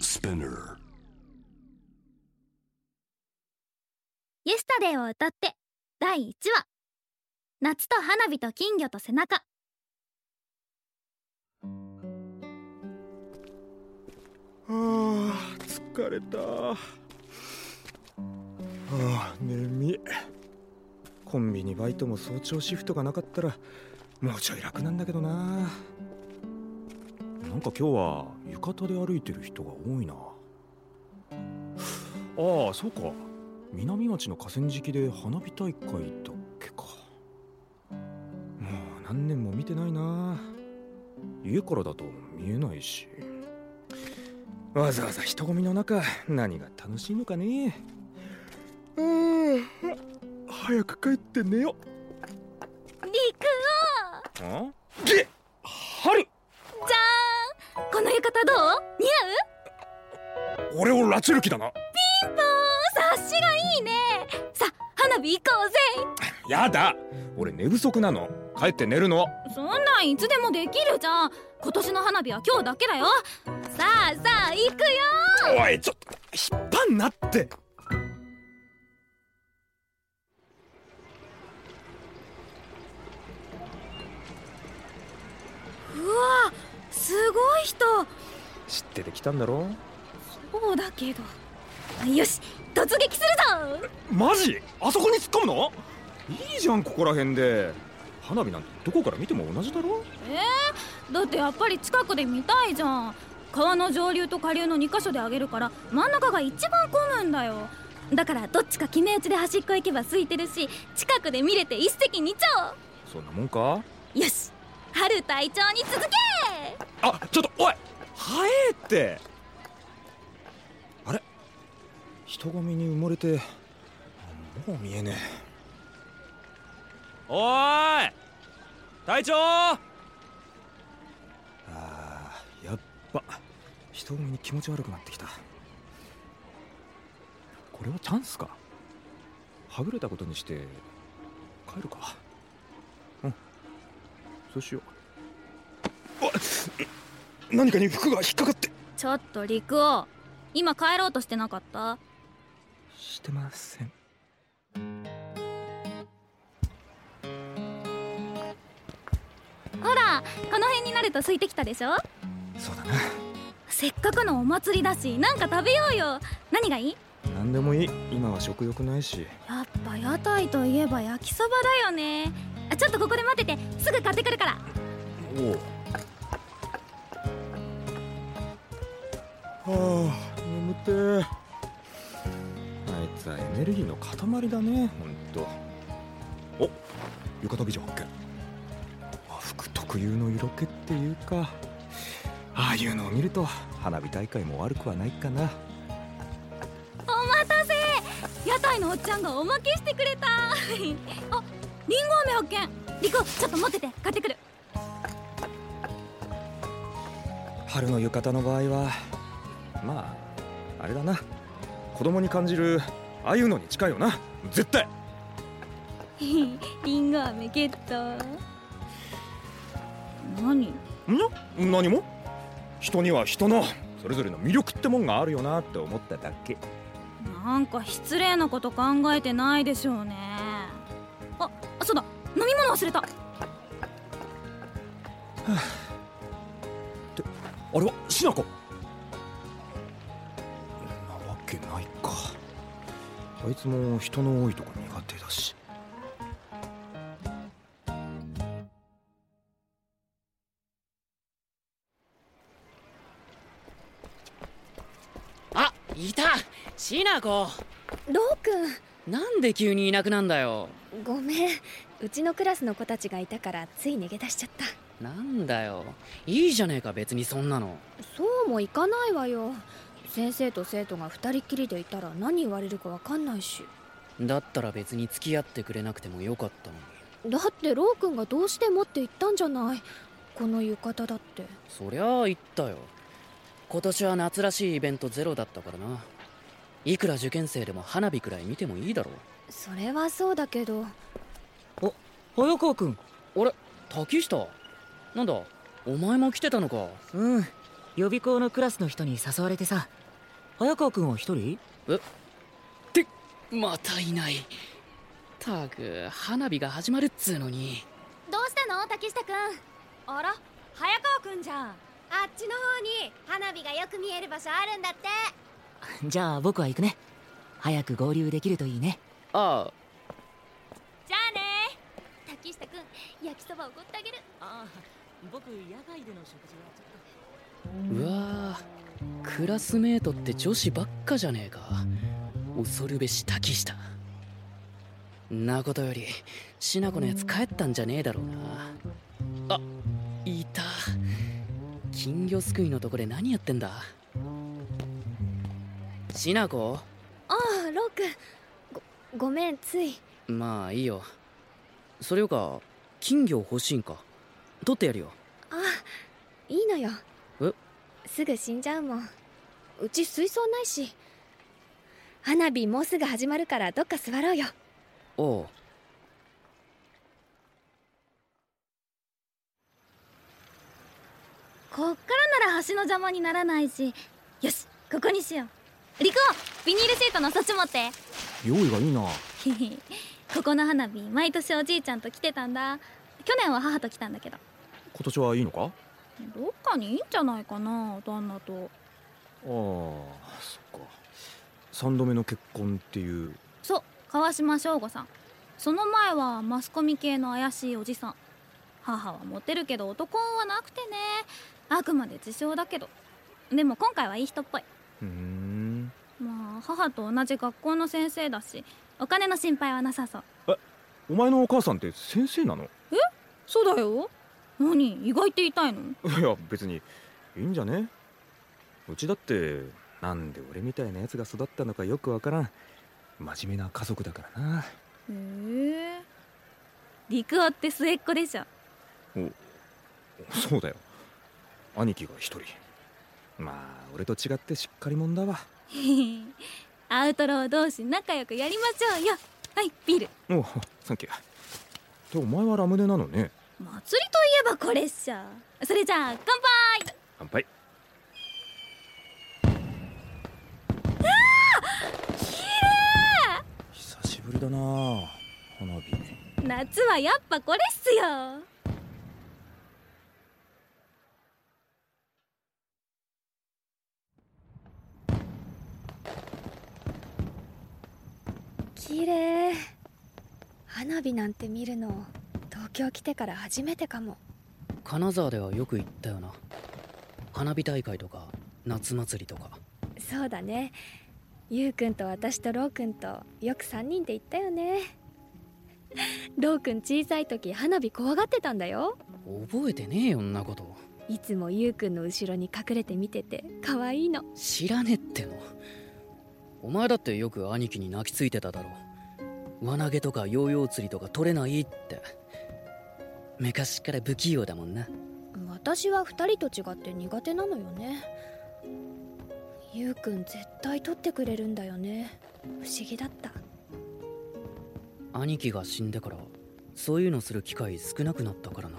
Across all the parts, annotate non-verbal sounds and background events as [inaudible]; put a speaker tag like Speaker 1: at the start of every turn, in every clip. Speaker 1: Spinner.
Speaker 2: イエスタデイを歌って第1話夏と花火と金魚と背中
Speaker 3: はあ疲れたはあ眠いコンビニバイトも早朝シフトがなかったらもうちょい楽なんだけどななんか今日は浴衣で歩いてる人が多いなああそうか南町の河川敷で花火大会だっけかもう何年も見てないな家からだと見えないしわざわざ人混みの中何が楽しいのかねうん早く帰って寝よ
Speaker 2: 陸
Speaker 3: んで春
Speaker 2: 王じゃーんこの浴衣どう似
Speaker 3: 俺を拉致る気だな
Speaker 2: 合う察しがいいねさ花火行こう
Speaker 3: やだ俺寝不足なの帰って寝るの
Speaker 2: ぜそんなんいつでもできるじゃん今年の花火は今日だけだよさあさあ行くよ
Speaker 3: おいちょっと引っ張んなって
Speaker 2: うわすごい人
Speaker 3: 知っててきたんだろ
Speaker 2: そうだけどよし突撃するぞ
Speaker 3: マジあそこに突っ込むのいいじゃんここら辺で花火なんてどこから見ても同じだろ
Speaker 2: だってやっぱり近くで見たいじゃん川の上流と下流の2箇所であげるから真ん中が一番混むんだよだからどっちか決め打ちで端っこ行けば空いてるし近くで見れて一石二鳥
Speaker 3: そんなもんか
Speaker 2: よし春隊長に続け
Speaker 3: あちょっとおい早えってあれ人混みに埋もれてもう見えねえおーい隊長ああーやっぱ人混みに気持ち悪くなってきたこれはチャンスかはぐれたことにして帰るかうんそうしようわ何かに服が引っかかって
Speaker 2: ちょっと陸王今帰ろうとしてなかった
Speaker 3: してません
Speaker 2: ほらこの辺になると空いてきたでしょ
Speaker 3: そうだな
Speaker 2: せっかくのお祭りだしなんか食べようよ何がいい
Speaker 3: 何でもいい今は食欲ないし
Speaker 2: やっぱ屋台といえば焼きそばだよねあちょっとここで待っててすぐ買ってくるから
Speaker 3: おおはあ眠てーあいつはエネルギーの塊だねほんとお浴衣美女発見和服特有の色気っていうかああいうのを見ると花火大会も悪くはないかな
Speaker 2: お待たせ屋台のおっちゃんがおまけしてくれた [laughs] ありんご飴発見リコちょっと持ってて買ってくる [laughs]
Speaker 3: 春の浴衣の場合はまああれだな子供に感じるああいうのに近いよな絶対
Speaker 2: りんご飴ゲット何
Speaker 3: ん何も人には人のそれぞれの魅力ってもんがあるよなって思っただけ
Speaker 2: なんか失礼なこと考えてないでしょうねあそうだ飲み物忘れた
Speaker 3: あれはしなこなわけないかあいつも人の多いとこ苦手だし
Speaker 4: あいたシナコ
Speaker 5: ロウくん
Speaker 4: なんで急にいなくなんだよ
Speaker 5: ごめんうちのクラスの子たちがいたからつい逃げ出しちゃった
Speaker 4: なんだよいいじゃねえか別にそんなの
Speaker 5: そうもいかないわよ先生と生徒が二人っきりでいたら何言われるかわかんないし
Speaker 4: だったら別に付き合ってくれなくてもよかったのに
Speaker 5: だってロウくんがどうしてもって言ったんじゃないこの浴衣だって
Speaker 4: そりゃあ言ったよ今年は夏らしいイベントゼロだったからないくら受験生でも花火くらい見てもいいだろ
Speaker 5: それはそうだけど
Speaker 4: 早川君あれ滝下なんだお前も来てたのか
Speaker 6: うん予備校のクラスの人に誘われてさ
Speaker 1: 早川君は一人
Speaker 4: ってまたいないたく花火が始まるっつうのに
Speaker 2: どうしたの竹下くんあら早川くんじゃん
Speaker 6: あっちの方に花火がよく見える場所あるんだって
Speaker 1: [laughs] じゃあ僕は行くね早く合流できるといいね
Speaker 4: ああ
Speaker 2: じゃあね
Speaker 6: 滝下くん焼きそばおごってあげる
Speaker 1: ああ僕野外での食事はちょっと
Speaker 4: うわークラスメートって女子ばっかじゃねえか恐るべし滝下んなことよりしなこのやつ帰ったんじゃねえだろうなあいた金魚すくいのとこで何やってんだしなこ
Speaker 5: ああロックごごめんつい
Speaker 4: まあいいよそれよか金魚欲しいんか取ってやるよ
Speaker 5: あいいのよ
Speaker 4: え
Speaker 5: すぐ死んじゃうもんうち水槽ないし花火もうすぐ始まるからどっか座ろうよ
Speaker 4: おう
Speaker 2: こっからなら橋の邪魔にならないしよしここにしようリコビニールシートのそっち持って [laughs]
Speaker 3: 用意がいいな
Speaker 2: へへここの花火毎年おじいちゃんと来てたんだ去年は母と来たんだけど
Speaker 3: 今年はいいのかあ
Speaker 2: どっかにいいんじゃないかな旦那と
Speaker 3: あそっか3度目の結婚っていう
Speaker 2: そう川島省吾さんその前はマスコミ系の怪しいおじさん母はモテるけど男運はなくてねあくまで自称だけどでも今回はいい人っぽいう
Speaker 3: ーん
Speaker 2: まあ母と同じ学校の先生だしお金の心配はなさそう
Speaker 3: お前のお母さんって先生なの [laughs]
Speaker 2: そうだよ何意外って痛いの
Speaker 3: いや別にいいんじゃねうちだってなんで俺みたいなやつが育ったのかよくわからん真面目な家族だからな
Speaker 2: へえ陸王って末っ子でしょ [laughs]
Speaker 3: そうだよ兄貴が一人まあ俺と違ってしっかり者だわ
Speaker 2: へへアウトロー同士仲良くやりましょうよはいビール
Speaker 3: おうサンキューでお前はラムネなのね
Speaker 2: 祭りといえばこれっしょそれじゃあ乾杯
Speaker 3: 乾杯久しぶりだな花火
Speaker 2: 夏はやっぱこれっすよ
Speaker 5: 綺麗花火なんて見るの東京来てから初めてかも
Speaker 4: 金沢ではよく行ったよな花火大会とか夏祭りとか
Speaker 5: そうだねゆうくんと私とろうくんとよく3人で行ったよねろうくん小さい時花火怖がってたんだよ
Speaker 4: 覚えてねえよんなこと
Speaker 5: いつもゆうくんの後ろに隠れて見てて可愛いの
Speaker 4: 知らねえってのお前だってよく兄貴に泣きついてただろ輪投げとかヨーヨー釣りとか取れないって昔から不器用だもんな
Speaker 5: 私は2人と違って苦手なのよねゆうくん絶対取ってくれるんだよね不思議だった
Speaker 4: 兄貴が死んでからそういうのする機会少なくなったからな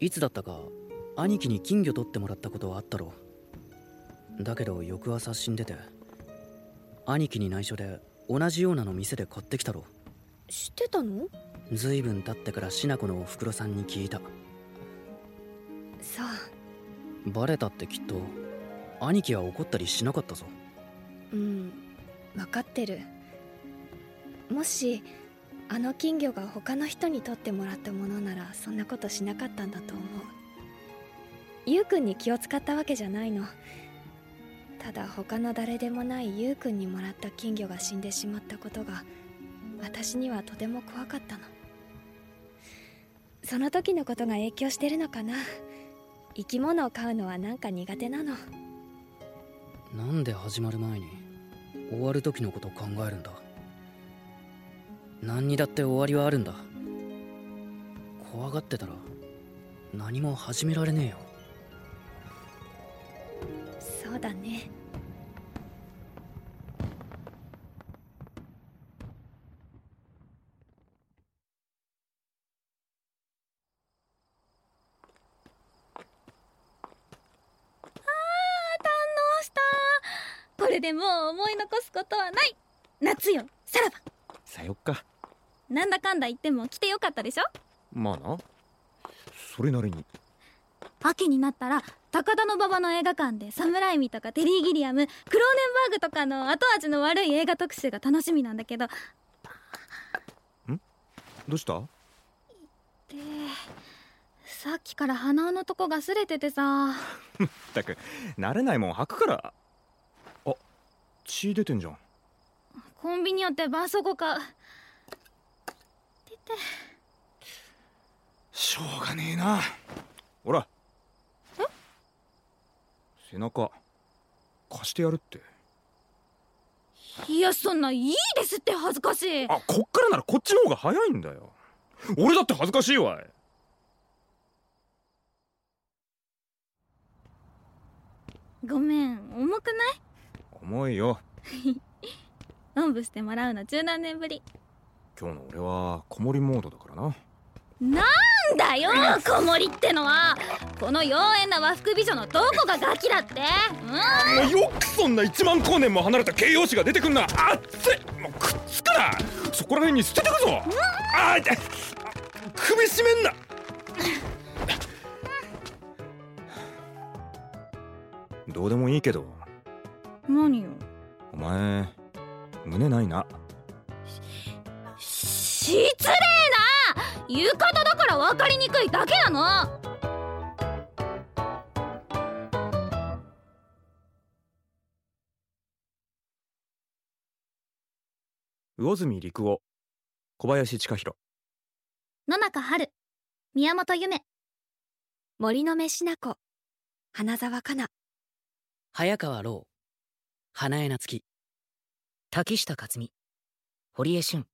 Speaker 4: いつだったか兄貴に金魚取ってもらったことはあったろだけど翌朝死んでて兄貴に内緒で同じようなの店で買ってきたろ
Speaker 5: 知ってたの
Speaker 4: ずいぶん経ってからしなこのおふくろさんに聞いた
Speaker 5: そう
Speaker 4: バレたってきっと兄貴は怒ったりしなかったぞ
Speaker 5: うん分かってるもしあの金魚が他の人に取ってもらったものならそんなことしなかったんだと思うゆうくんに気を使ったわけじゃないのただ他の誰でもないゆうくんにもらった金魚が死んでしまったことが私にはとても怖かったのその時のことが影響してるのかな生き物を飼うのはなんか苦手なの
Speaker 4: なんで始まる前に終わる時のこと考えるんだ何にだって終わりはあるんだ怖がってたら何も始められねえよ
Speaker 5: そうだね
Speaker 2: 堪能したれでもう思い残すことはない夏よさらば
Speaker 3: さよっか
Speaker 2: なんだかんだ言っても来てよかったでしょ
Speaker 3: まあなそれなりに
Speaker 2: 秋になったら高田馬場の映画館で「サムライミ」とか「テリー・ギリアム」「クローネンバーグ」とかの後味の悪い映画特集が楽しみなんだけどで
Speaker 3: どうした
Speaker 2: さっきから鼻緒のとこがすれててさ
Speaker 3: ったく慣れないもん履くからあ血出てんじゃん
Speaker 2: コンビニ寄ってばんそこか
Speaker 3: しょうがねえなほら背中貸してやるって
Speaker 2: いやそんないいですって恥ずかしい
Speaker 3: あこっからならこっちの方が早いんだよ俺だって恥ずかしいわい
Speaker 2: ごめん重くない
Speaker 3: 重いよ
Speaker 2: おんぶしてもらうの十何年ぶり
Speaker 3: 今日の俺は子守モードだからな
Speaker 2: なんだよ子守ってのはこの妖艶な和服美女のどこがガキだってう
Speaker 3: もうよくそんな1万光年も離れた形容詞が出てくんなあっついもうくっつくなそこら辺に捨ててくぞあー痛い首絞めんなどうでもいいけど
Speaker 2: ん何よ
Speaker 3: お前胸ないな
Speaker 2: 失礼な浴衣だから分かりにくいだけなの
Speaker 3: 魚住陸夫小林親弘
Speaker 2: 野中春宮本夢
Speaker 5: 森の飯な子花沢香菜
Speaker 4: 早川ろう花江夏樹
Speaker 1: 滝下克美堀江俊